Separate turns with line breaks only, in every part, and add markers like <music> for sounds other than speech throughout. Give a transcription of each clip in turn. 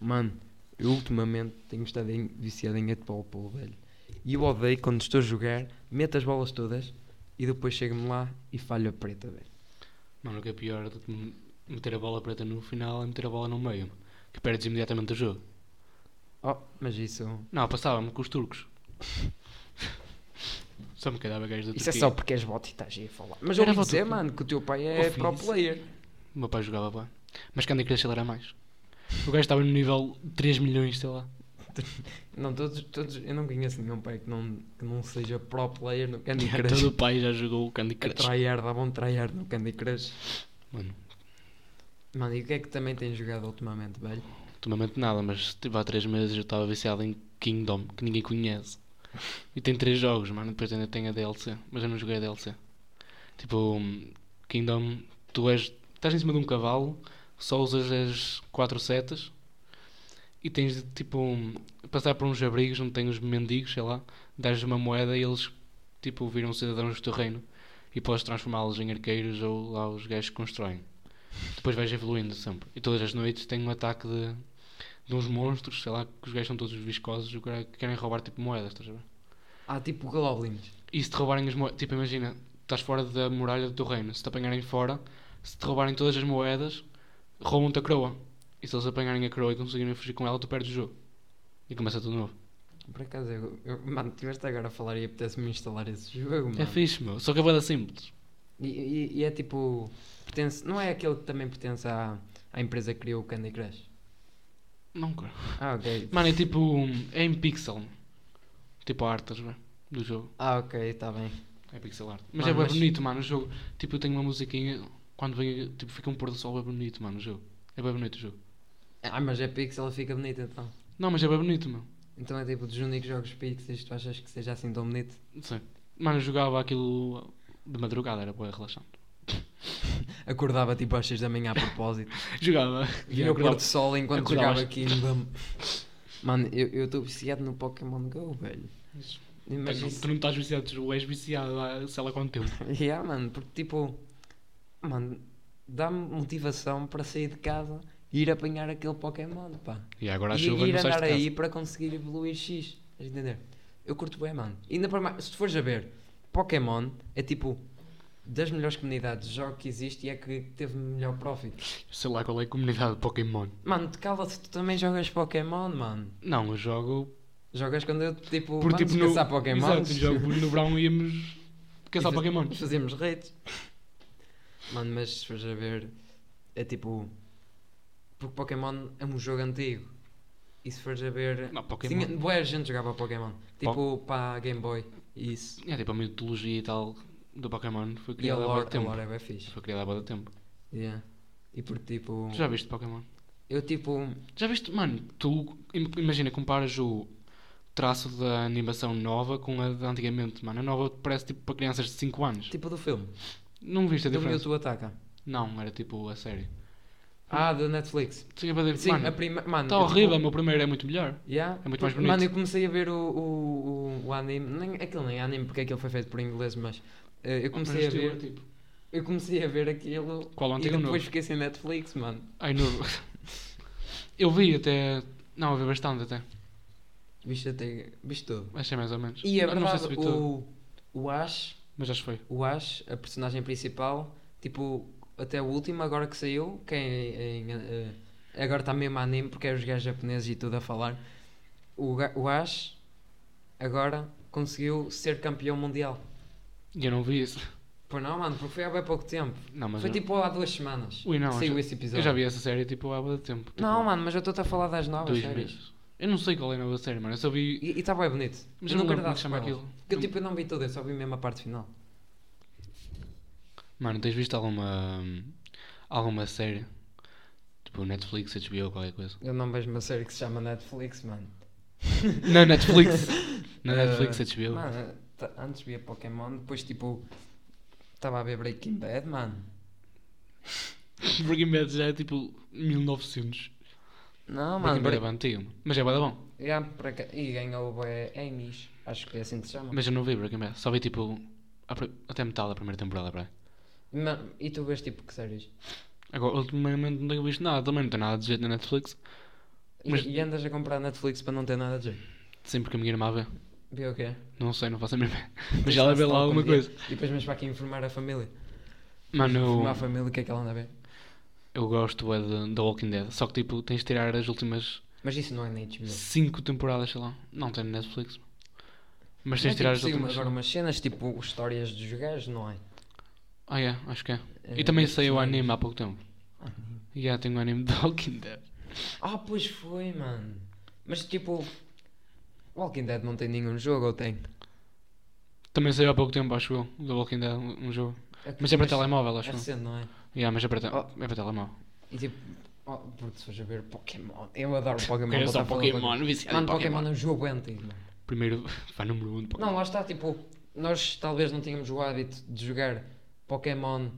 Mano, eu ultimamente tenho estado em- viciado em 8 ball pô, velho. E eu odeio quando estou a jogar, meto as bolas todas e depois chego-me lá e falho a preta, velho.
Mano, o que é pior do que m- meter a bola preta no final é meter a bola no meio. mano, Que perdes imediatamente o jogo.
Oh, mas isso.
Não, passava-me com
<laughs>
os turcos. Só me quedava gajo da
Isso é
Turquia.
só porque és bot e estás aí a falar. Mas eu
Era
ouvi
bot
dizer,
do-
mano, que o teu pai é
Ouvi
pro
isso.
player.
O meu pai jogava lá. Mas Candy Crush ele era mais. O gajo estava no nível 3 milhões, sei lá.
Não, todos, todos. Eu não conheço nenhum pai que não, que não seja pro player no
<laughs>
Candy Crush.
É
É
Todo o pai já jogou o Candy
Que
Crush.
tryhard, dá bom tryhard no Candy Crush.
Mano,
Mano, e o que é que também tens jogado ultimamente, velho?
ultimamente nada, mas tipo, há 3 meses eu estava viciado em Kingdom, que ninguém conhece. E tem 3 jogos, mano. Depois ainda tem a DLC, mas eu não joguei a DLC. Tipo, hum, Kingdom, tu és. Estás em cima de um cavalo, só usas as 4 setas e tens de tipo hum, passar por uns abrigos onde tem os mendigos, sei lá, dás uma moeda e eles tipo viram cidadãos do teu reino e podes transformá-los em arqueiros ou lá os gajos que constroem. Depois vais evoluindo sempre. E todas as noites tem um ataque de, de uns monstros, sei lá, que os gajos são todos viscosos e o cara- que querem roubar tipo moedas, estás a ver?
Ah, tipo Goblins.
E se te roubarem as moedas, tipo imagina, estás fora da muralha do teu reino, se te apanharem fora, se te roubarem todas as moedas, roubam-te a coroa. E se eles apanharem a coroa e conseguirem fugir com ela, tu perdes o jogo. E começa tudo de novo.
Por acaso, eu, eu- mano, tiveste agora a falar e apetece-me instalar esse jogo, mano.
É fixe, meu. Só que é bué da simples.
E, e- e é tipo. Pertence, não é aquele que também pertence à, à empresa que criou o Candy Crush?
Não, cara.
Ah, ok.
Mano, é tipo. É em pixel. Tipo a arte, estás a ver? Do jogo.
Ah, ok, está bem.
É pixel art. Mas
Mano,
é bem
mas-
bonito, mano, o jogo. Tipo, eu tenho uma musiquinha. Quando vem, tipo, fica um pôr do sol bem bonito, mano, o jogo. É bem bonito o jogo.
Ah, mas é pixel, fica bonito então.
Não, mas é bem bonito, meu.
Então é tipo dos únicos jogos pixels que tu achas que seja assim tão bonito?
Não sei. Mano, eu jogava aquilo de madrugada, era boa relaxante. <laughs>
Acordava tipo às 6 da manhã a
<laughs>
propósito.
Jogava.
Vinha o pôr do sol enquanto
acordava
jogava
às-
Kingdom. Mano, eu estou viciado no Pokémon Go, velho.
Isso.
Mas
Tu não estás viciado, tu és viciado há sei lá quanto tempo.
<laughs> Yeah, mano, porque tipo, mano, dá-me motivação para sair de casa e ir apanhar aquele Pokémon, pá.
E agora a
E,
chuva
e ir
não sais
andar
de casa.
aí para conseguir evoluir X. Estás a entender? Eu curto bem, mano. E ainda para mais, se tu fores a ver, Pokémon é tipo das melhores comunidades de jogo que existe e é que teve melhor profit.
Sei lá qual é a comunidade de Pokémon.
Mano, te cala-te, tu também jogas Pokémon, mano.
Não, eu jogo.
Jogas quando eu tipo,
Por
vamos
tipo no.
caçar Pokémon. <laughs> é-
Exato, jogo porque no verão íamos
E
caçar
faz-
é Pokémon.
E fazíamos redes. Mano, mas se fores a ver, é tipo. Porque Pokémon é um jogo antigo. E se fores a ver.
Não, Pokémon.
Tinha, boa gente jogava Pokémon. Tipo para Game Boy. E isso.
É tipo a mitologia e tal do Pokémon foi
E a
criada há bué
lore,
de
a
tempo.
lore é bem fixe.
Foi criada há bué de tempo.
Yeah. E porque tipo.
Tu já viste Pokémon?
Eu tipo.
Já viste, mano, tu im- imagina, comparas o traço da animação nova com a de antigamente, mano. A nova parece tipo para crianças de 5 anos.
Tipo do filme.
não viste a
Do
diferença?
Mewtwo Ataca.
Não, era tipo a série.
Ah, do Netflix.
Sim, é para dizer,
Sim, a
mano,
primeira. Mano,
está
eu,
horrível, o
tipo,
meu primeiro é muito melhor.
Yeah.
É muito mais
Porque, Mano,
bonito.
eu comecei a ver o, o, o, o anime, nem, aquilo nem é anime porque aquilo foi feito por inglês, mas eh, eu comecei a
Mas este
ver,
era, tipo,
eu comecei a ver aquilo
Qual
e
antigo ou
depois
novo?
fiquei sem Netflix, mano.
Ai, novo. <laughs> Eu vi até. Não, eu vi bastante até.
Viste até, viste tudo.
Achei mais ou menos.
E a
Não- não sei
verdade,
se vi tudo,
o, o Ash,
mas acho que foi.
o Ash, a personagem principal, tipo, até o último agora que saiu, que é em, em, eh, agora está mesmo anime porque é os gajos japoneses e tudo a falar, o, ga- o Ash agora conseguiu ser campeão mundial.
E eu não vi isso. <laughs>
Pois não, mano, porque foi há bem pouco tempo.
Não, mas
Foi
eu-
tipo há duas semanas
Ui, não,
que saiu
já-
esse episódio.
eu já vi essa série tipo há muito tempo. Tipo,
Não, mano, mas eu estou-te a falar das novas
dois
séries.
meses. Eu não sei qual é a nova série, mano. Eu só vi.
E está bem bonito.
Mas
eu
eu
não quero
não lembro como
dar
é que se chama
spoilers.
aquilo.
Porque eu, tipo, eu não vi tudo, eu só vi mesmo a parte final.
Mano, tens visto alguma. alguma série? Tipo Netflix, HBO, qualquer
<laughs>
coisa.
Eu não vejo uma série que se chama Netflix, mano.
Na Netflix! Na
Eh,
é Netflix, HBO.
Mano, tá- antes via Pokémon, depois tipo. Estava a ver Breaking Bad, mano.
Breaking Bad já é tipo 1900.
Não, mano.
Breaking Bad é
Bre...
bem antigo. Mas é bada bom.
Yeah, por aca- E ganhou o Emmys. Acho que é assim que se chama.
Mas eu não vi Breaking Bad. Só vi tipo. a pri- até metade da primeira temporada, para aí.
Ma- E tu vês tipo que séries?
Agora, ultimamente não tenho visto nada também. Não tenho nada de jeito na Netflix. Mas-
E, e andas a comprar Netflix para não ter nada a dizer.
Sempre que a minha irmã vê.
Vê o quê?
Não sei, não faço a minha ideia. <laughs> Mas
Tens
ela
de
vê lá
falar
alguma
com
coisa.
E depois vens para aqui informar a família.
Mano, eu-
Informar a família o que é que ela anda a ver.
eu gosto é de- da Walking Dead. Só que tipo, tens de tirar as últimas
Mas isso não é na HBO.
5 temporadas, sei lá. Não tem na Netflix. Mas
Não é
tens de tirar
tipo,
as
sim,
últimas.
agora umas cenas, tipo histórias dos gajos, não é?
Ah, é, acho que é.
É,
E também
dos
saiu o
personagens.
anime há pouco tempo. E Já tenho o anime de <laughs> Walking Dead.
Ah, pois foi, mano. Mas tipo, Walking Dead não tem nenhum jogo, ou tem?
Também saiu há pouco tempo, acho eu. o The Walking Dead, um um jogo.
É que-
Mas é para telemóvel, acho
É
eu.
recente, não é?
Yeah, mas é para, te-
Oh.
é para telemóvel.
E tipo, oh, porque se fores a ver Pokémon, eu
<laughs>
adoro Pokémon.
É
vou estar
só
a falar
Pokémon,
Pokémon.
viciado em
Mano, Pokémon
Pokémon.
é um jogo antigo, mano.
Primeiro, <laughs> vai número 1 um de Pokémon.
Não, lá está, tipo, nós talvez não tínhamos o hábito de jogar Pokémon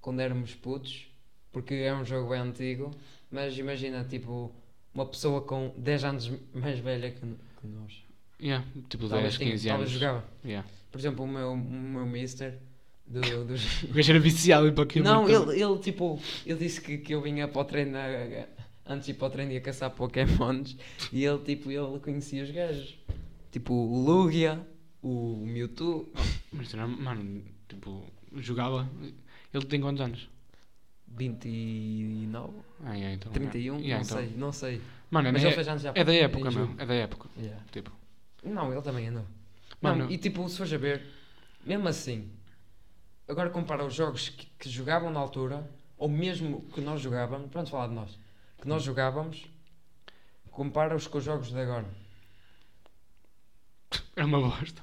quando éramos putos, porque é um jogo bem antigo, mas imagina, tipo, uma pessoa com 10 anos mais velha que, que nós.
Yeah, tipo
talvez
10,
tinha-
15
talvez
anos.
jogava.
Yeah. <laughs>
Por exemplo, o meu, o meu mister do, do...
<laughs> O gajo era viciado em Pokémon.
Não, ele, ele tipo, ele disse que, que eu vinha para o treino a- a- antes de ir para o treino ia caçar Pokémons e ele tipo, ele conhecia os gajos. Tipo, o Lugia, o Mewtwo,
Mas, era- mano, tipo, jogava. Ele tem quantos anos?
29,
Ah, yeah, então,
31,
yeah,
não
então.
sei, não sei.
Mano, é,
Mas ele
é,
fez anos já.
é da
em
época,
julho.
meu. É da época.
Yeah.
Tipo,
Tá Não, ele também andou.
Mano.
Não, e tipo, se fores a ver, mesmo assim, agora compara os jogos que, que jogavam na altura, ou mesmo que nós jogávamos, pronto, falar de nós, que nós jogávamos, compara-os com os jogos de agora.
é uma bosta.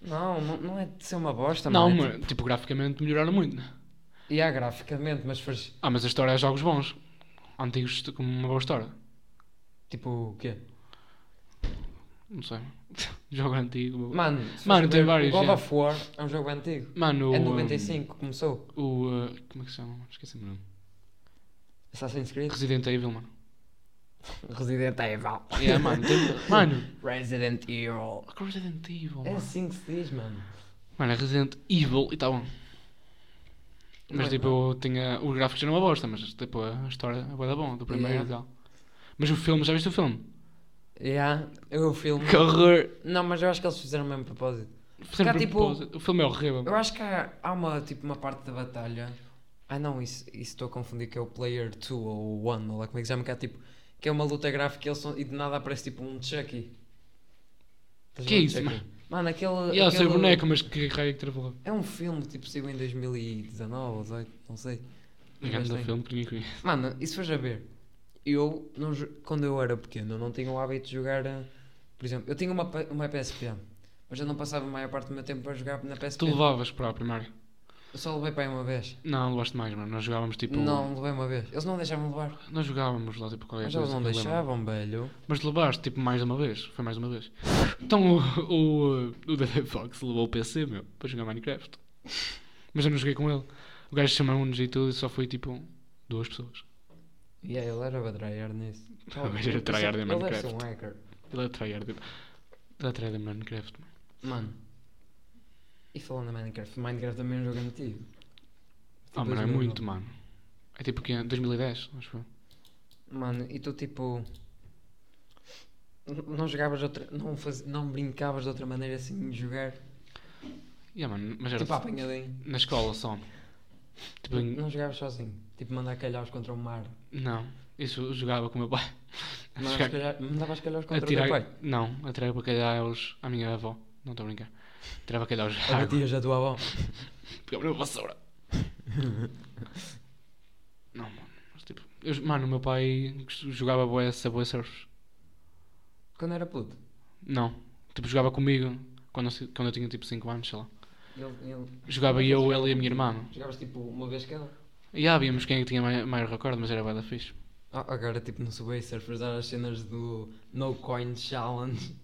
Não, não, não é de ser uma bosta,
não,
mano. é
mas, tipo... graficamente melhoraram muito. né?
tipo- E há graficamente, mas fores,
Ah, mas a história é jogos bons. Antigos, como uma boa história.
tipo, o quê?
Não sei. <laughs> Jogo antigo. boa-
Mano, se fores
Mano, tem
ver,
vários,
God
já.
of War é um jogo antigo.
Mano,
É
o,
de
um,
95, que começou.
O. uh, como é que se chama? Esqueci-me o nome.
Assassin's Creed.
Resident Evil, mano.
<laughs> Resident Evil.
Yeah, mano. tem- mano,
<laughs> Resident Evil.
Resident Evil.
É
Mano,
assim que se diz, mano.
mano é Resident Evil e tá bom. Mas
Não,
tipo, tinha. Os gráficos eram uma bosta, mas tipo, a história é boa da bom, do primeiro
Yeah.
e tal. Mas o filme, já viste o filme?
Yeah, eu o filme.
Que horror!
Não, mas eu acho que eles fizeram o mesmo propósito.
Sempre
tipo-
propósito. O filme é horrível.
Eu acho que há, há uma, tipo, uma parte da batalha. Ah não, isso isso estou a confundir que é o Player 2 ou o 1, ou lá como é que se chama, que é tipo. Que é uma luta gráfica e, eles são- e de nada aparece tipo um Chucky. Estás a
Que
ver
é
o
isso,
Chucky?
mano?
Mano, aquele.
E yeah, sei
aquele-
o boneco, mas que raio é que travou?
É um filme tipo saiu em 2019 ou 18, não sei. Mas
É Grande
tem.
filme que ninguém conhece.
Mano, e se fores a ver, eu, não jo- quando eu era pequeno, eu não tinha o hábito de jogar. eh, Por exemplo, eu tinha uma, pa- uma PSP, mas eu não passava a maior parte do meu tempo a jogar na PSP.
Tu levavas para a primária?
Eu só levei para aí uma vez.
Não, levaste mais, mano. Nós jogávamos tipo.
Não, levei uma vez. Eles não deixavam levar.
Nós jogávamos lá tipo qualquer
Mas eles
coisa.
não
que eu lembro.
deixavam, velho.
Mas levaste tipo mais uma vez, foi mais uma vez. Então o, o, uh, o Dede Fox levou o PC meu para jogar Minecraft. Mas eu não joguei com ele. O gajo chamou-nos e tudo e só foi tipo duas pessoas.
E aí, ele era badreiar nisso.
O gajo <laughs> era tryhard em
Ele deve ser um
Minecraft.
hacker.
Ele é tryhard. Ele é tryhard em Minecraft. mano.
Mano. E falando em Minecraft, Minecraft também é um jogo antigo. Tipo,
Ah, mano, é
2009.
muito, mano. É tipo que é 2010, acho que foi.
Mano, e tu tipo. n- Não jogavas de outra. Não, faz... não brincavas de outra maneira assim de jogar?
Yeah, mano, mas era
Tipo, apanhadinho.
na escola só. Tipo, em-
Não jogavas sozinho. Tipo, mandar calhaus contra o
<laughs>
mar.
não. Isso eu jogava com o meu pai. A
Mandavas
jogar-
calhaus, mandavas calhaus
a
contra o teu
tirar...
pai.
Não, a tirar bacalhaus à minha avó. Não estou a brincar. Tirava bacalhaus à água.
Abatias a tua avó.
Pegava na vassoura. não, mano. Mas, tipo, eu- mano, o meu pai jogava boé Subway Surfers.
Quando era puto.
Não. Tipo, jogava comigo quando, eu- quando eu tinha tipo 5 anos, sei lá.
Ele, ele...
Jogava eu, ele e a minha irmã. mano.
Jogavas tipo uma vez cada.
E há, víamos quem é que tinha mai- maior recorde, mas era bué da fixe.
Ah, agora, tipo, no Subway Surfers há as cenas do No Coin Challenge.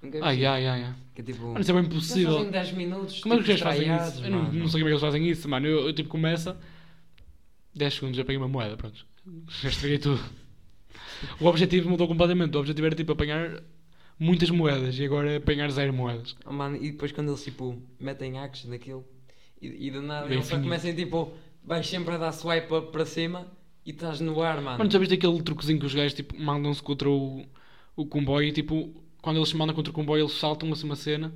Nunca vi.
Ai, ai, ai, ai.
Que é tipo.
Mano, isso é bem
eles É fazem
impossível.
10 minutos.
Como é que os
tipo,
gajos fazem
traiados,
isso? Eu não,
mano.
não sei como é que eles fazem isso, mano. Eu, eu, tipo começa 10 segundos, eu peguei uma moeda, pronto. Já estraguei tudo. O objetivo mudou completamente. O objetivo era tipo apanhar muitas moedas e agora é apanhar zero moedas.
Oh, mano, e depois quando eles tipo metem action naquilo e, e do nada
Bem
eles só
fininho.
começam tipo, vais sempre a dar swipe up para cima E estás no ar, mano.
Mano, já viste aquele truquezinho que os gajos tipo, mandam-se contra o, o comboio e tipo, quando eles se mandam contra o comboio, eles saltam assim uma cena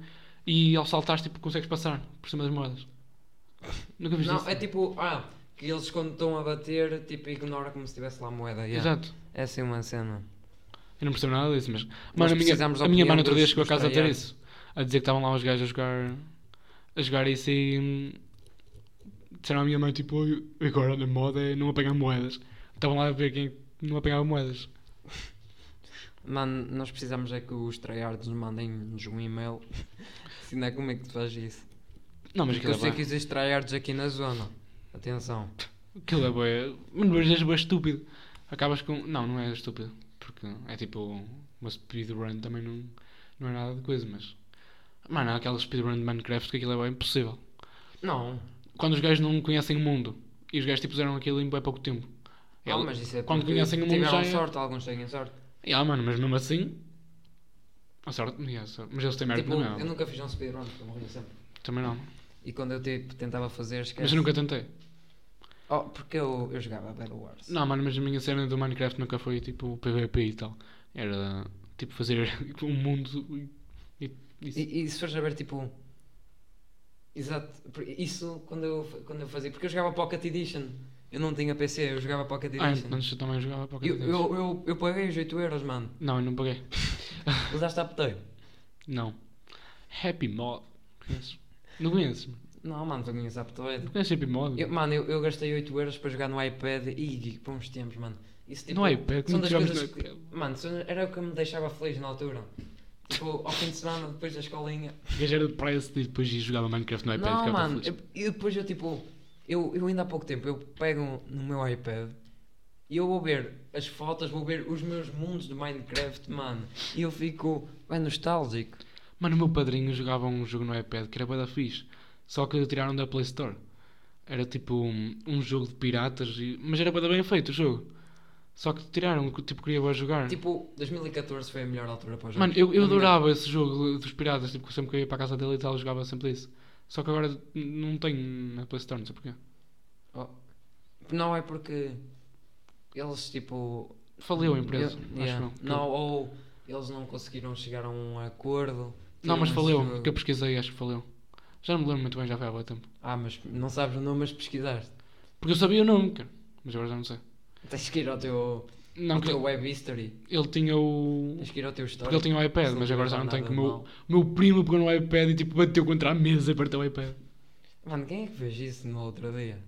e ao saltares tipo, consegues passar por cima das moedas. Nunca viste
não,
isso?
é tipo, ah, que eles quando estão a bater, tipo, ignora como se tivesse lá moeda. Yeah.
Exato.
É assim uma cena.
Eu não percebo nada disso, mas. Mano, a minha,
precisamos da
a minha
opinião
mano outra
dos-
vez chegou a
dos
casa a dizer
traiados.
isso. A dizer que estavam lá os gajos a jogar. a jogar isso e. hum, Disseram à minha mãe, tipo, "Oi, agora na moda é não apanhar moedas. Estavam lá a ver quem é não apanhava moedas.
Mano, nós precisamos é que os tryhards nos mandem-nos um e-mail. <laughs> Senão, como é que tu fazes isso?
Não, mas
Porque eu
aquilo
sei
é
que
bué.
existem tryhards aqui na zona. Atenção.
Aquilo é bué. Mano, mas és bué estúpido. Acabas com. Não, não é estúpido. Porque é tipo. Uma speedrun também não, não é nada de coisa, mas. Mano, há aquela speedrun de Minecraft que aquilo é bué impossível.
Não.
quando os gajos não conhecem o mundo e os gajos tipo, fizeram aquilo em bem pouco tempo.
Não, mas isso é
quando
porque
conhecem o mundo
tiveram
já é-
sorte, alguns têm sorte.
É, ah, mano, mas mesmo assim. A sorte, yeah, a sorte. Mas eles têm merda
tipo,
também,
eu
não.
nunca fiz um speedrun, porque eu morria sempre.
Também não.
E quando eu tipo, tentava fazer, esquece.
Mas eu nunca tentei.
Oh, porque eu, eu jogava Battle Wars.
Não, mano, mas a minha cena do Minecraft nunca foi tipo PvP e tal. Era tipo fazer <laughs> um mundo. e- e- isso.
E, e se fores a ver, tipo. Exato, por- isso quando eu, fa- quando eu fazia. Porque eu jogava Pocket Edition. Eu não tinha PC, eu jogava Pocket
Ah,
Edition.
antes eu também jogava para o
né? eu, eu, eu, eu paguei os 8 euros, mano.
Não, eu não paguei.
Usaste a Aptei?
Não. Happy Mod. Conheces? Não conheces? mano?
Não, mano, tu conheces a Aptei.
Não conheces Happy Mod?
Eu, mano, eu, eu gastei 8 euros para jogar no iPad. Ih, para uns tempos, mano. Isso, tipo,
No iPad?
São
Não
das
jogamos
coisas
no
que, Mano, são- era o que me deixava feliz na altura. Tipo, ao fim de semana, depois da escolinha.
O gajo era de Price e depois ia jogava Minecraft no iPad. é
não,
ficava
mano,
feliz.
eu, eu depois eu tipo, eu, eu ainda há pouco tempo, eu pego no meu iPad e eu vou ver as fotos, vou ver os meus mundos de Minecraft, mano, e eu fico bem nostálgico.
Mano, o meu padrinho jogava um jogo no iPad que era bué da fixe, só que tiraram da Play Store. Era tipo um, um jogo de piratas, e- mas era bué da bem feito o jogo. Só que tiraram, que, tipo, queria bué jogar.
Tipo, 2014 foi a melhor altura para os
Mano,
jogos.
eu, eu
Na minha-
adorava esse jogo dos piratas, tipo, sempre que eu ia para a casa dele e tal, eu jogava sempre isso. Só que agora n- não tenho na Play Store, não sei porquê.
Oh. Não é porque eles tipo.
Faliu a empresa,
eu-
acho
yeah.
não.
Não, ou eles não conseguiram chegar a um acordo.
Não, mas
Tiram esse
faleu,
jogo.
que eu pesquisei, acho que faleu. Já não me lembro muito bem, já foi há bué tempo.
Ah, mas não sabes o nome, mas pesquisaste.
Porque eu sabia o nome, cara, mas agora já não sei.
Tens que ir ao teu,
Não,
ao
que
teu web history.
ele tinha o...
Tens que ir ao teu
Porque
histórico.
ele tinha o iPad,
Se não
mas agora já
tiver
não tem.
nada
Que o meu,
mal.
o meu primo pegou no iPad e tipo bateu contra a mesa e partiu o iPad.
Mano, quem é que fez isso no outro dia?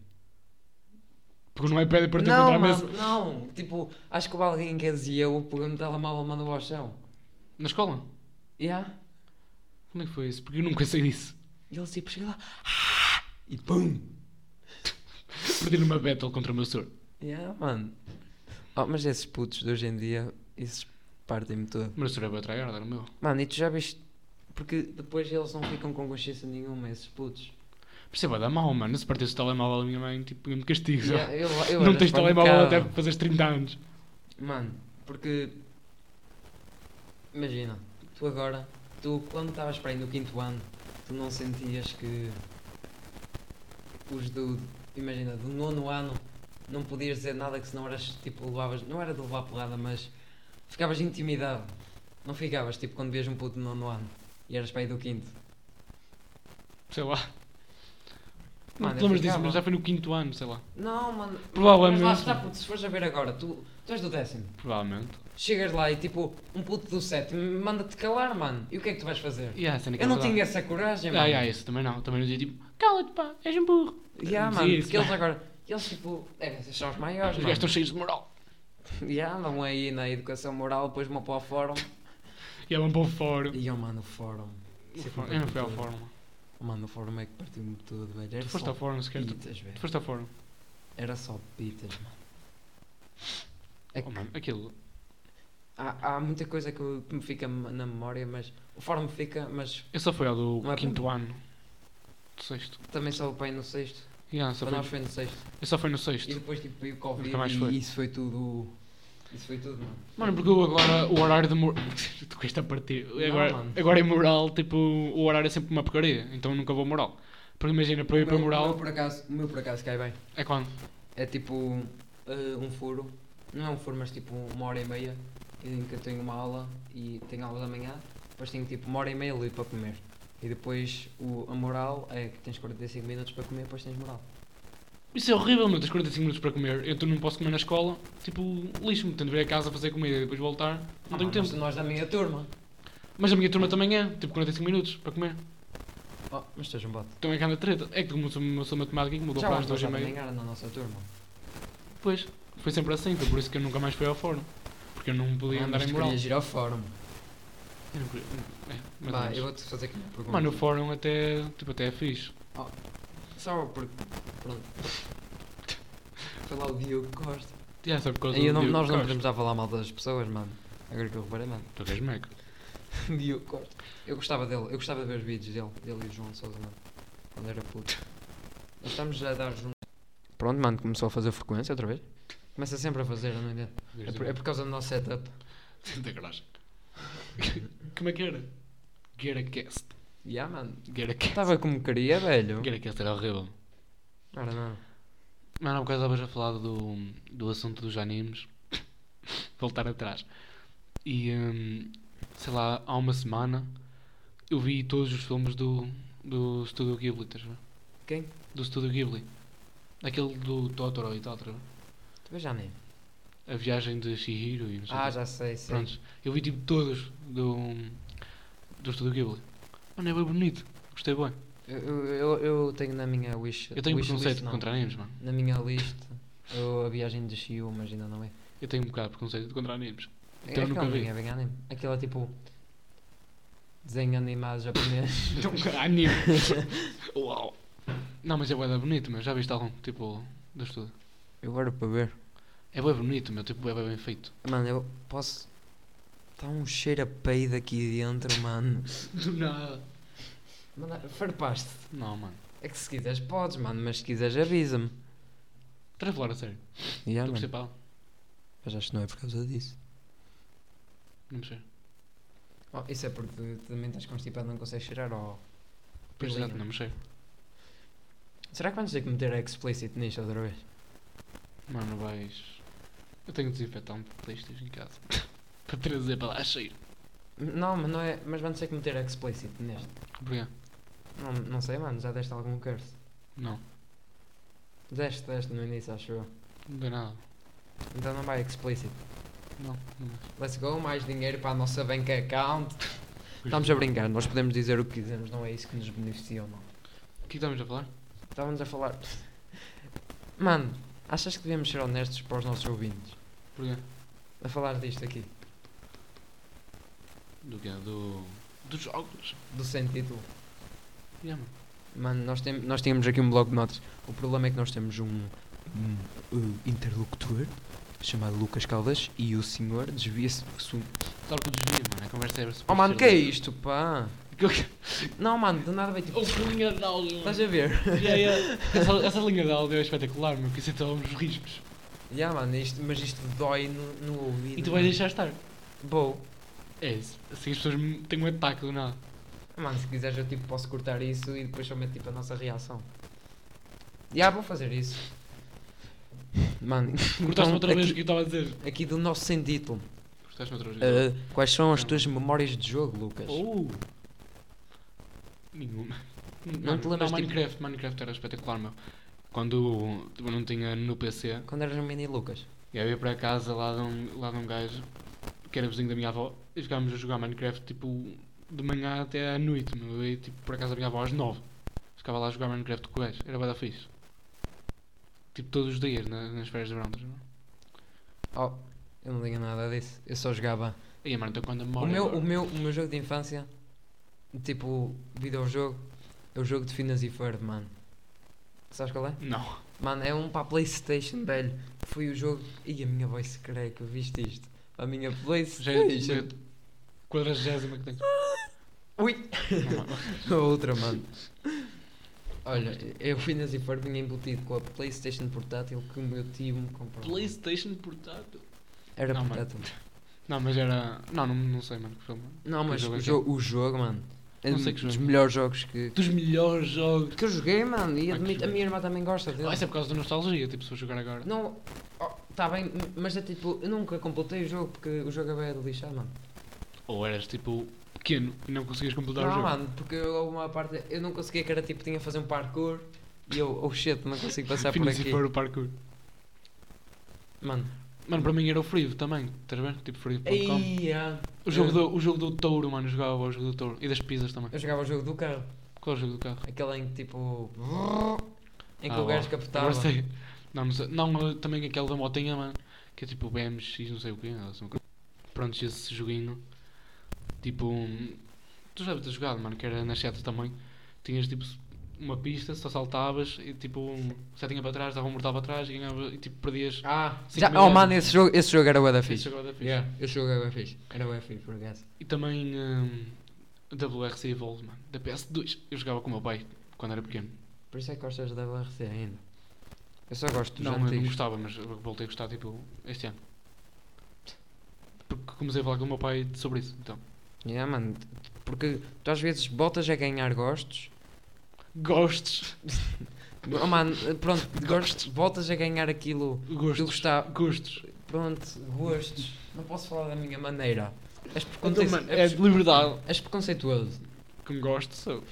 Pegou no iPad e partiu
não,
contra a
mano,
mesa.
não. Tipo, acho que houve alguém que dizia eu pegou-me telemóvel e mandou ao chão.
Na escola?
Yeah.
Como é que foi isso? Porque eu nunca sei disso. <laughs>
E ele tipo chega lá. "Ah!" E pum!
Perdi numa battle contra o meu senhor.
Yeah, mano. Oh, mas esses putos de hoje em dia, esses partem-me todo.
O meu senhor é para tryhard, era o meu.
Mano, e tu já viste? Porque depois eles não ficam com consciência nenhuma, esses putos.
Perceba, dá mal, mano. Se partisse o telemóvel, a minha mãe tipo, me castigo. já.
Yeah, eu,
<laughs>
eu
não
era
tens telemóvel
espancado.
até fazeres 30 anos.
Mano, porque. Imagina, tu agora, tu quando estavas para aí no quinto ano, tu não sentias que. Os do. Imagina, do nono ano, não podias dizer nada que se não eras tipo, levavas. Não era de levar pelada, mas. Ficavas intimidado. Não ficavas tipo quando vias um puto do nono ano e eras para aí do quinto.
Sei lá.
Mano,
Não
eu
te lembras disso,
ficava.
mas já foi no quinto ano, sei lá.
Não, mano.
Provavelmente.
Mas lá está, puto, se fores a ver agora, tu, tu és do décimo.
Provavelmente.
Chegas lá e tipo, um puto do sétimo manda-te calar, mano. E o que é que tu vais fazer?
Yeah, a cena que
Eu
é
não
verdade.
tinha essa coragem, mano.
Ah, yeah, isso também não. Também não dizia tipo, cala-te pá, és um burro.
Yeah,
Sim,
mano,
isso,
porque eles agora, eles tipo, devem ser só os
Os
maiores,
gajos
mano.
estão cheios de moral.
Yeah, andam aí na educação moral, depois vão para o fórum.
E é um bom fórum.
E eu, mano, o fórum. Isso é que me
Eu não
partiu
fui ao
tudo.
fórum.
Mano, o fórum é que partiu-me tudo, velho. Era
Tu foste
É só
ao fórum sequer. Tu
pitas, velho.
tu foste ao fórum.
Era só pitas, mano. É
Oh,
que
mano, aquilo.
há, há muita coisa que eu- que me fica na memória, mas o fórum fica, mas
Eu só fui ao do
Não é
quinto ano. Do sexto.
também só o pai no sexto.
Yeah, só
Para nós
fui,
foi no sexto.
eu só fui no
E
sexto.
depois tipo veio o Covid
Nunca mais foi.
e isso foi tudo. Isso foi tudo, mano.
Mano, porque eu agora o horário de moral. <laughs> tu queres a partir. Agora,
mano.
agora em moral, tipo, o horário é sempre uma porcaria. Então nunca vou moral. Porque imagina, para eu ir para
O meu- o
moral
meu por acaso, o meu por acaso cai bem.
é quando?
É tipo. eh, um furo, não é um furo, mas tipo uma hora e meia, em que eu tenho uma aula e tenho aulas amanhã, depois tenho tipo uma hora e meia ali para comer. E depois o, a moral é que tens 45 minutos para comer, depois tens moral.
Isso é horrível, meu. Tens 45 minutos para comer. Eu tu não posso comer na escola. Tipo, lixo-me. Tenho de vir a casa fazer comida e depois voltar. Não
Ah,
tenho
mas
tempo.
Nós da minha turma.
Mas a minha turma também é. Tipo, 45 minutos para comer.
Oh, mas tens um bote.
Então é que anda treta. É que como sou, eu sou matemática e que mudou
Já
para
lá
as
nós
2 e
também é.
meia.
era na nossa turma.
Pois. Foi sempre assim. Então por isso que eu nunca mais fui ao fórum. Porque eu não podia
Ah,
andar
mas
em
tu
moral.
querias ir ao fórum.
Eu não queria- é, mas
Vá,
não.
eu vou-te fazer aqui uma pergunta.
Mano, o fórum até, tipo, até é fixe.
Só porque.
<laughs>
Pronto. Foi lá o Diogo Costa.
Já sabe por causa
Eu não,
do-
nós não
Costa.
podemos estar a falar mal das pessoas, mano. Agora que eu reparei, mano.
Tu queres Mac.
<laughs> Diogo Costa. Eu gostava dele, eu gostava de ver os vídeos dele, dele e o João Sousa, mano. Quando era puto. Nós estamos a dar junto. Pronto, mano, começou a fazer frequência outra vez. Começa sempre a fazer, eu não entendo. É por, é
<laughs>
por causa do nosso setup.
Da garagem. <laughs> Como é que era? Geracast.
Yeah, mano.
Geracast.
Estava como queria, velho.
Geracast era horrível.
Ora, não.
Mano, há bocado estavas a falar do, do assunto dos animes. <coughs> Voltar atrás. E, hum, sei lá, há uma semana eu vi todos os filmes do, do Studio Ghibli, estás a ver?
Quem?
Do Studio Ghibli. Aquele do Totoro e tal, estás a ver?
Tu vês já nem.
A viagem de Shihiro e não sei o
Ah,
quê.
já sei, sei.
Prontos. Eu vi tipo todos do, do Estúdio Ghibli. Mano, é bem bonito. Gostei bem.
Eu, eu, eu- eu tenho na minha wish.
Eu tenho um
wish
preconceito
list, não.
contra animes, mano.
Na minha lista, eu, a viagem de Shiu, mas ainda não é.
Eu tenho um bocado de preconceito contra animes.
É-
Então eu
é
nunca
aquele
vi.
desenho, É bem anime. Aquilo é tipo. Desenho animado japonês.
<laughs> Então, anime. <laughs> Uau. Não, mas é bem bonito, meu. Já viste algum? Tipo, do estúdio.
eu agora para ver.
É bem bonito, meu. Tipo, é bem, bem feito.
Mano, eu posso. Está um cheiro a peido aqui dentro, mano.
Do nada.
Mano, farpaste.
Não, mano.
É que se quiseres podes, mano, mas se quiseres avisa-me.
Estás a falar a sério?
Yeah,
Estou a gostar
É, mano.
para ela.
Mas acho que não é por causa disso.
Não sei.
Oh, isso é porque tu também estás constipado, não consegues cheirar ou.
Pois exato, não me sei.
Será que vamos ter que meter explicit nisto outra vez?
Mano, vais... Eu tenho de desinfetar um Playstation em casa. <laughs> para trazer para lá cheiro.
Não, mas não é. Mas vamos ter que meter explicit neste.
Porquê?
Não, não sei, mano, já deste algum curse.
Não.
Deste, deste no início, acho eu.
Não deu nada.
Então não vai explicit.
Não, não.
Let's go, mais dinheiro para a nossa bank account. Estamos a brincar, nós podemos dizer o que quisermos, não é isso que nos beneficia ou não.
O que estamos a falar?
Estávamos a falar. Mano, achas que devemos ser honestos para os nossos ouvintes?
Porquê?
A falar disto aqui,
Do quê? Do... Dos jogos.
do sem título.
Yeah, mano.
Mano, nós, tem, nós tínhamos aqui um bloco de notas. O problema é que nós temos um, um, uh, interlocutor chamado Lucas Caldas e o senhor desvia-se do assunto.
Claro que eu desvio, mano. A conversa é...
Oh mano, que é
<laughs>
isto, pá?
Que...
Não, mano, de nada vai tipo.
Houve linha de áudio.
Estás a ver? <laughs>
<laughs> Yeah, yeah. eh, Essa, essa linha de áudio é espetacular, meu. Que isso então uns riscos.
Já, mano, isto, mas isto dói no, no ouvido.
E tu vais
mano.
deixar estar.
Vou.
É isso. Assim as pessoas me- têm um ataque do nada.
Mano, se quiseres eu tipo posso cortar isso e depois só meto tipo a nossa reação. Já, vou fazer isso. Mano, <laughs>
Cortaste-me
então,
outra vez o que
aqui,
eu estava a dizer.
aqui do nosso sem título.
Cortaste-me outra vez.
Uh, quais são as
Não.
tuas memórias de jogo, Lucas?
é. Oh! Nenhuma.
é. te lembras,
Não,
tipo-
Minecraft. Minecraft era espetacular, meu. Quando tipo, eu não tinha no PC,
Quando eras um mini Lucas.
E aí eu ia para casa lá de, um, lá de um gajo que era vizinho da minha avó e ficámos a jogar Minecraft tipo de manhã até à noite. Meu. Eu ia tipo para casa da minha avó às 9. Ficava lá a jogar Minecraft com o gajo. Era bada fixe. Tipo todos os dias na- nas férias de verão. tá estás a ver?
Oh, eu não tinha nada disso. Eu só jogava.
E aí, mano, estou quando a
O
memória.
meu,
agora.
o, meu, o meu jogo de infância, tipo, videojogo, é o jogo de Finas e Ferb, mano. Sabes qual é?
Não.
Mano, é um para a Playstation, velho. Foi o jogo. E a minha voz crack, viste isto? A minha <laughs>
Já é
Playstation.
a quadragésima que tenho.
<laughs> Ui!
Não, mano.
A outra, mano. Olha, eu fui nas e fora, vinha embutido com a Playstation portátil que o meu tio me comprou.
Playstation portátil.
Era
Não, mano.
portátil.
Não, mas era. Não, não, não sei, mano. que filme.
Não,
Que
mas
jogo é
o,
que
jo o jogo, mano, é
Não
um
sei que
dos
jogo.
melhores jogos que,
Dos melhores jogos.
que eu joguei, mano. E
Ah, que é
admito, a
jogo.
minha irmã também gosta dele.
Ah, isso é por causa da nostalgia. Tipo, se for jogar agora.
Não. oh, Tá bem, mas é tipo, eu nunca completei o jogo porque o jogo é bem lixado, mano.
Ou eras tipo pequeno e não conseguias completar o
Não,
um jogo.
mano, porque eu, houve uma parte. Eu não conseguia, que era tipo, tinha a fazer um parkour e eu, oh shit, não consigo passar por
Finis e
aqui.
for o parkour.
Mano,
Mano, para mim era o Frivo também, estás bem? Tipo Frivo.com.
aí, ah,
O, jogo
eu-
do- o jogo do touro, mano, jogava o jogo do touro. E das pizzas também.
eu jogava o jogo do carro,
Qual é o jogo do carro?
aquele em que tipo. Em que
Ah,
o gajo
ó,
capotava.
agora sei. Não, não, sei. não, eh, também aquele da motinha, mano, que é tipo BMX, não sei o quê. ou assim uma coisa. Pronto, esse joguinho. Tipo, hum, tu já deves ter jogado, mano, que era na seta também. Tinhas tipo uma pista, só saltavas e tipo, setinha para trás, dava um mortal para trás e ganhava, e tipo, perdias.
Ah,
Cinco
já, oh
milhões.
mano, esse jogo, esse jogo era o da
Esse
Tá fixe.
jogo era fixe.
Yeah, esse jogo era o fixe. Era o fixe, por acaso.
E também hum, WRC Evolve, mano, da PS2. Eu jogava com o meu pai quando era pequeno.
Por isso é que gostas da WRC ainda. Eu só gosto dos
Não, eu não
antigos.
gostava, mas eu voltei a gostar tipo este ano. Porque comecei a falar com o meu pai sobre isso. Então,
Yeah, mano, porque tu às vezes botas a ganhar gostos.
gostes,
Oh, mano, pronto, gostos, botas a ganhar aquilo que eu
gostos,
gostava.
gostos.
Pronto, gostos. Não posso falar da minha maneira. És,
Então,
preconce...
mano, é
és,
de liberdade.
és preconceituoso.
Como gosto, sou.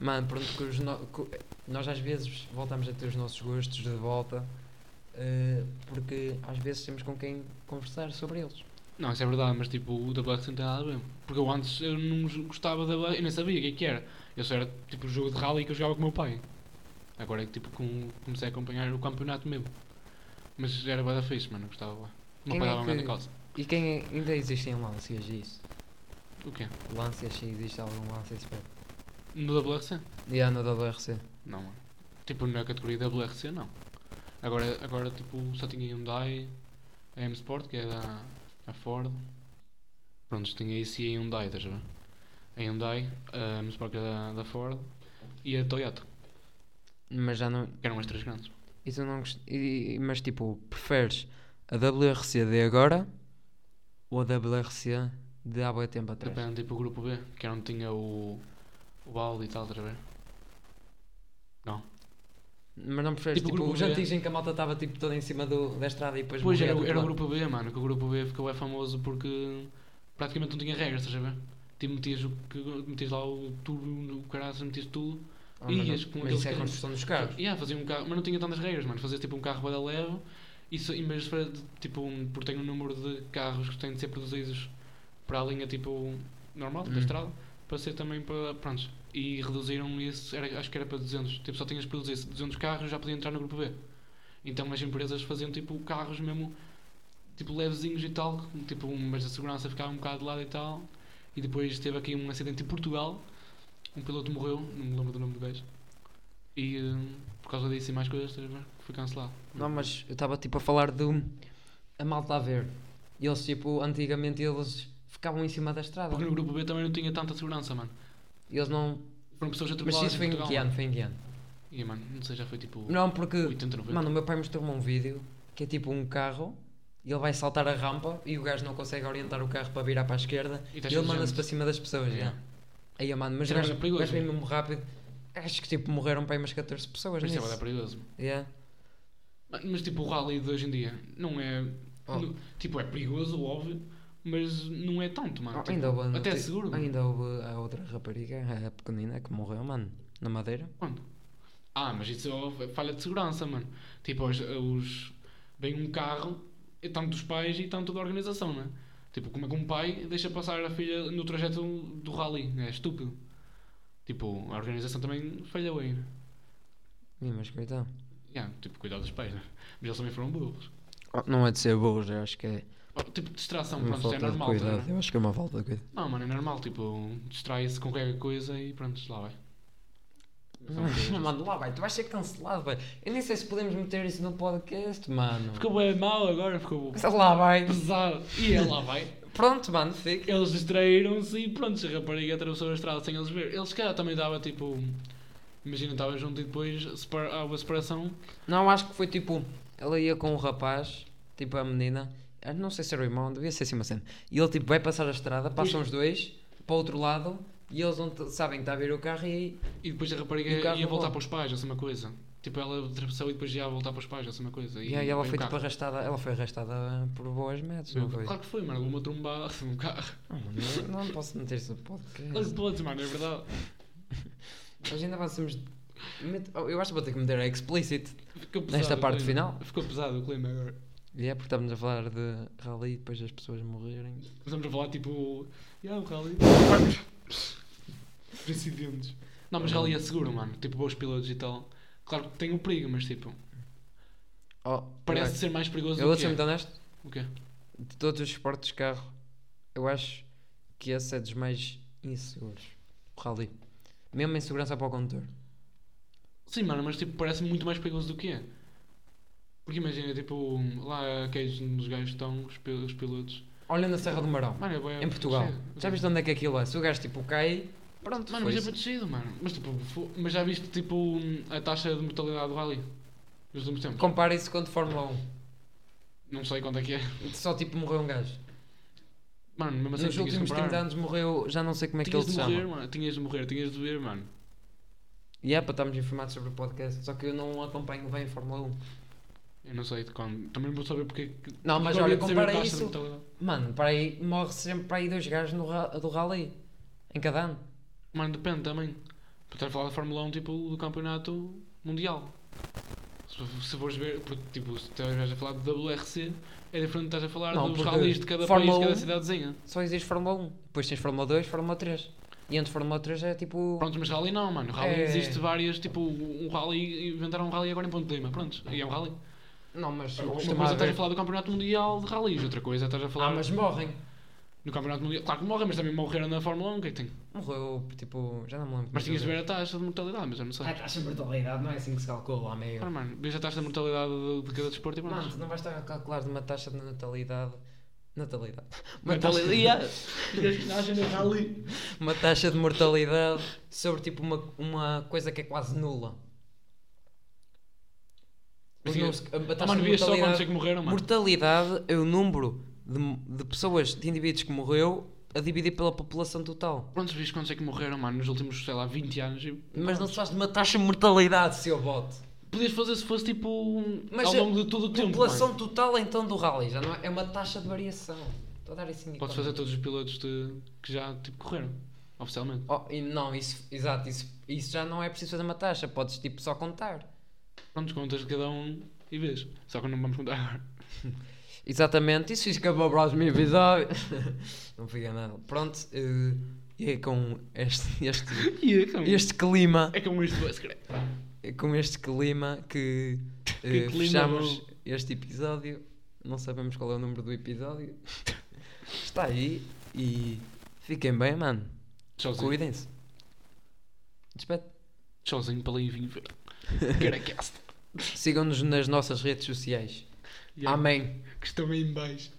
Mano, pronto, que os no- que- nós às vezes voltamos a ter os nossos gostos de volta. eh, porque às vezes temos com quem conversar sobre eles.
Não, isso é verdade, mas tipo, o WRC não tem nada a ver. Porque eu antes eu não jo- gostava da WRC, eu nem sabia o que é que era. Eu só era tipo o jogo de rally que eu jogava com o meu pai. Agora é que tipo com- comecei a acompanhar o campeonato mesmo. Mas era bué da fixe, mano, eu gostava lá. O
Quem
meu pai
é
dava me
que-
na calça.
E quem é- ainda existem lâncias disso?
O quê?
Lâncias, se existe algum lância espero.
No WRC?
E há no WRC.
Não, mano. Tipo, na categoria WRC, não. Agora, agora tipo, só tinha Hyundai, a M Sport, que é da a Ford. Pronto, tinha isso e a Hyundai, estás a ver? A Hyundai, a M Sport, que é da, da Ford, e a Toyota,
Mas já não.
que eram as três grandes.
Isso eu não gost- e- e- Mas tipo, preferes a WRC de agora ou a WRC de há bué tempo atrás?
Depende, tipo, o grupo B, que era onde tinha o, o Audi e tal, estás a ver?
Mas não preferes
Tipo,
tipo,
o grupo
os
B.
antigos em que a malta estava tipo toda em cima do, da estrada e depois
Pois
morria
era, o- era o
atropelado?
grupo B, mano, que o grupo B ficou é famoso porque praticamente não tinha regras, estás a ver? Tipo, metias, o, que- metias lá o turbo, o caraças, metias tudo.
Ah, mas não-
Ias com
mas isso é a
aqueles
construção dos carros.
Yeah, fazia um carro, mas não tinha tantas regras, mano. Fazia tipo um carro bada leve e, só- e mas para, tipo, um- porque tem um número de carros que têm de ser produzidos para a linha tipo normal,
Hum.
da estrada, para ser também para. Prontos. E reduziram isso, era, acho que era para 200. Tipo, só tinhas de produzir 200 carros e já podia entrar no grupo B. Então as empresas faziam tipo carros mesmo, tipo levezinhos e tal, tipo, mas a segurança ficava um bocado de lado e tal. E depois teve aqui um acidente em Portugal, um piloto morreu, não me lembro do nome do gajo. E eh, por causa disso e mais coisas, estás a ver? Foi cancelado.
Não, mas eu estava tipo a falar do. A malta a ver. E Eles tipo, antigamente eles ficavam em cima da estrada.
Porque no grupo B também não tinha tanta segurança, mano.
E Eles não.
Foram pessoas
Mas
atropeladas.
isso foi em
é?
que ano? Foi em que ano?
E mano, não sei, já foi tipo
Não, porque
80, 90.
Mano, o meu pai mostrou-me um vídeo que é tipo um carro e ele vai saltar a rampa e o gajo não consegue orientar o carro para virar para a esquerda
E
e,
tá
ele
cheio de
manda-se
gente.
para cima das pessoas.
Yeah.
já. Aí, mano, mas o
Era
gajo,
bué perigoso. né?
o gajo vem mesmo rápido. Acho que tipo morreram para aí umas 14 pessoas.
Mas isso é
nisso.
bué perigoso. mano.
Yeah.
Mano, Mas tipo, o rally de hoje em dia não é.
Oh.
no- tipo, é perigoso, óbvio, mas não é tanto, mano.
Oh,
Tipo,
ainda houve,
até é
te-
seguro. mano.
Ainda houve a outra rapariga, a pequenina, que morreu, mano, na madeira.
Quando? Ah, mas isso é ó- falha de segurança, mano. Tipo, os, os- vem um carro, é tanto dos pais e tanto da organização, né? Tipo, como é que um pai deixa passar a filha no trajeto do rally? É estúpido. Tipo, a organização também falhou aí, né?
Ih, mas coitado.
Yeah, tipo, cuidado dos pais, né? Mas eles também foram burros.
Oh, não é de ser burro, eu acho que é
Oh, Tipo, distração,
uma
pronto, isto é
falta de
normal. tá,
cuidado.
né?
Eu acho que é uma falta de cuidado.
Não, mano, é normal. Tipo, distrai-se com qualquer coisa e pronto, lá vai. <laughs> um São coisas.
mano, Então, lá vai, tu vais ser cancelado, vai. Eu nem sei se podemos meter isso no podcast, mano.
Ficou bem mal agora, ficou
Mas Lá vai.
pesado. E é lá vai.
Pronto, mano, fica.
Eles distraíram-se e pronto, se a rapariga atravessou a estrada sem eles ver. Eles se calhar também dava tipo. Imagina, estava junto e depois separa, há uma separação.
Não, acho que foi tipo. Ela ia com um rapaz, tipo a menina. ah, Não sei se era o irmão, devia ser assim uma cena. E ele tipo vai passar a estrada, passam os dois para o outro lado e eles não t- sabem que está a vir o carro e aí.
E depois a rapariga
E o carro
ia voltar
voa.
para os pais, essa é uma coisa. Tipo, ela atravessou e depois ia voltar para os pais, essa mesma coisa.
E aí ela foi
veio o
tipo
carro.
arrastada, ela foi arrastada por boas metros, não foi?
Claro que foi, mano. Uma trombada <laughs> no carro.
Ah, mano, eu Não, posso meter-se no
Mas
podcast.
todos, mano, é verdade.
Hoje ainda avançamos. Mete- oh, Eu acho que vou ter que meter a explicit.
Ficou pesado.
Nesta
o
parte
clima.
final?
Ficou pesado o clima agora.
E é porque estamos a falar de rally e depois as pessoas morrerem.
Estamos a falar tipo. Yeah, o rally. Por incidentes. Não, mas rally é seguro, mano. Tipo, bons pilotos e tal. Claro que tem o perigo, mas tipo.
Oh,
Parece ser mais perigoso
Eu
do
vou
que.
ser muito
é.
honesto.
O quê?
De todos os esportes de carro, eu acho que esse é dos mais inseguros. O rally. Mesmo em segurança para o condutor.
Sim, mano, mas tipo, parece muito mais perigoso do que é. Porque imagina, tipo, lá aqueles nos gajos estão, os, pil- os pilotos.
Olha na Serra do Marão,
Mano, é bué-
em Portugal.
Sim.
Já viste onde é que aquilo é? Se o gajo tipo cai, pronto,
Mano,
foi
mas é
isso.
protegido, mano. Mas tipo, fo- mas já viste tipo a taxa de mortalidade do rally? Nos últimos tempos?
Compara isso com de Fórmula
Não sei quanto é que é.
1. Só tipo morreu um gajo.
Mano, mesmo assim
Nos
tinhas de
últimos 30
comprar.
anos morreu, já não sei como é que
Tinhas
ele
de
se
morrer,
chama.
mano. Tinhas de morrer, tinhas de ver, mano.
E é para estarmos informados sobre o podcast, só que eu não acompanho bem a Fórmula 1.
Eu não sei de quando. Também não vou saber porque. é
Não, mas
porque
olha,
eu queria saber
compara
a taxa de
isso.
mortalidade.
Mano, para aí, morre sempre para aí dois gajos no ra- do rally. Em cada ano.
Mano, depende também. Para estar a falar de Fórmula 1, tipo, do campeonato mundial. Se, se fores ver, porque, tipo, se estiveres a falar de WRC, é diferente de estás a falar
Não,
dos
porque
rallies de cada
Fórmula
país, de
1
cada cidadezinha.
Só existe Fórmula 1. Depois tens Fórmula 2, Fórmula 3. E antes Fórmula 3 é tipo.
Pronto, mas rally não, mano. Rally
É.
existe várias, tipo, um rally, inventaram um rally agora em Ponte Lima, pronto. E é um rally.
Não, mas
Uma
costuma
coisa estás a
haver.
falar do campeonato mundial de rallies, outra coisa estás a falar
Ah, mas morrem.
no campeonato mundial. Claro que morrem, mas também morreram na Fórmula 1, o que é que tem?
Morreu, tipo, já não me lembro.
Mas tinhas de
muito
ver a taxa de mortalidade, mas eu não sei.
bem. A taxa de mortalidade não é assim que se calcula, amigo.
Ora, mano, vês a taxa de mortalidade de- de cada desporto e pronto.
Mano, tu não vais estar a calcular de uma taxa de natalidade. Natalidade.
Uma taxa- Ah,
uma taxa de mortalidade sobre tipo uma, uma coisa que é quase nula. Os
Sim.
números- a- a
Ah,
taxa
mano,
de
vias só quantos é
mortalidade,
que morreram, mano.
mortalidade é o número de, de pessoas, de indivíduos que morreu a dividir pela população total.
Quantos vias quantos é que morreram, mano, nos últimos, sei lá, 20 anos? E...
Mas não se faz de uma taxa de mortalidade, seu bote.
Podias fazer se fosse tipo um-
Mas
ao
a
longo de todo o tempo.
população
mano.
total então do rally, já não é, é uma taxa de variação. Estou a dar isso em
Podes fazer todos os pilotos de- que já tipo, correram, oficialmente.
Oh, e não, isso, exato, isso, isso já não é preciso fazer uma taxa, podes tipo só contar.
Pronto, contas de cada um e vês. Só que não vamos contar agora. <laughs>
Exatamente, isso fica para o próximo episódio. <laughs> Não fica nada. Pronto, eh, e é com este,
<laughs>
este,
E é com
este clima,
É como isto vai secreto.
é com este clima que, eh,
<laughs> Que clima
fechamos este episódio. Não sabemos qual é o número do
<laughs>
episódio. Está aí e fiquem bem, mano.
Tchauzinho.
Cuidem-se. Despede.
Tchauzinho para
<laughs>
ali vir. é Caracast.
Sigam-nos nas nossas redes sociais.
Yeah.
Amém.
é Que estão aí em baixo.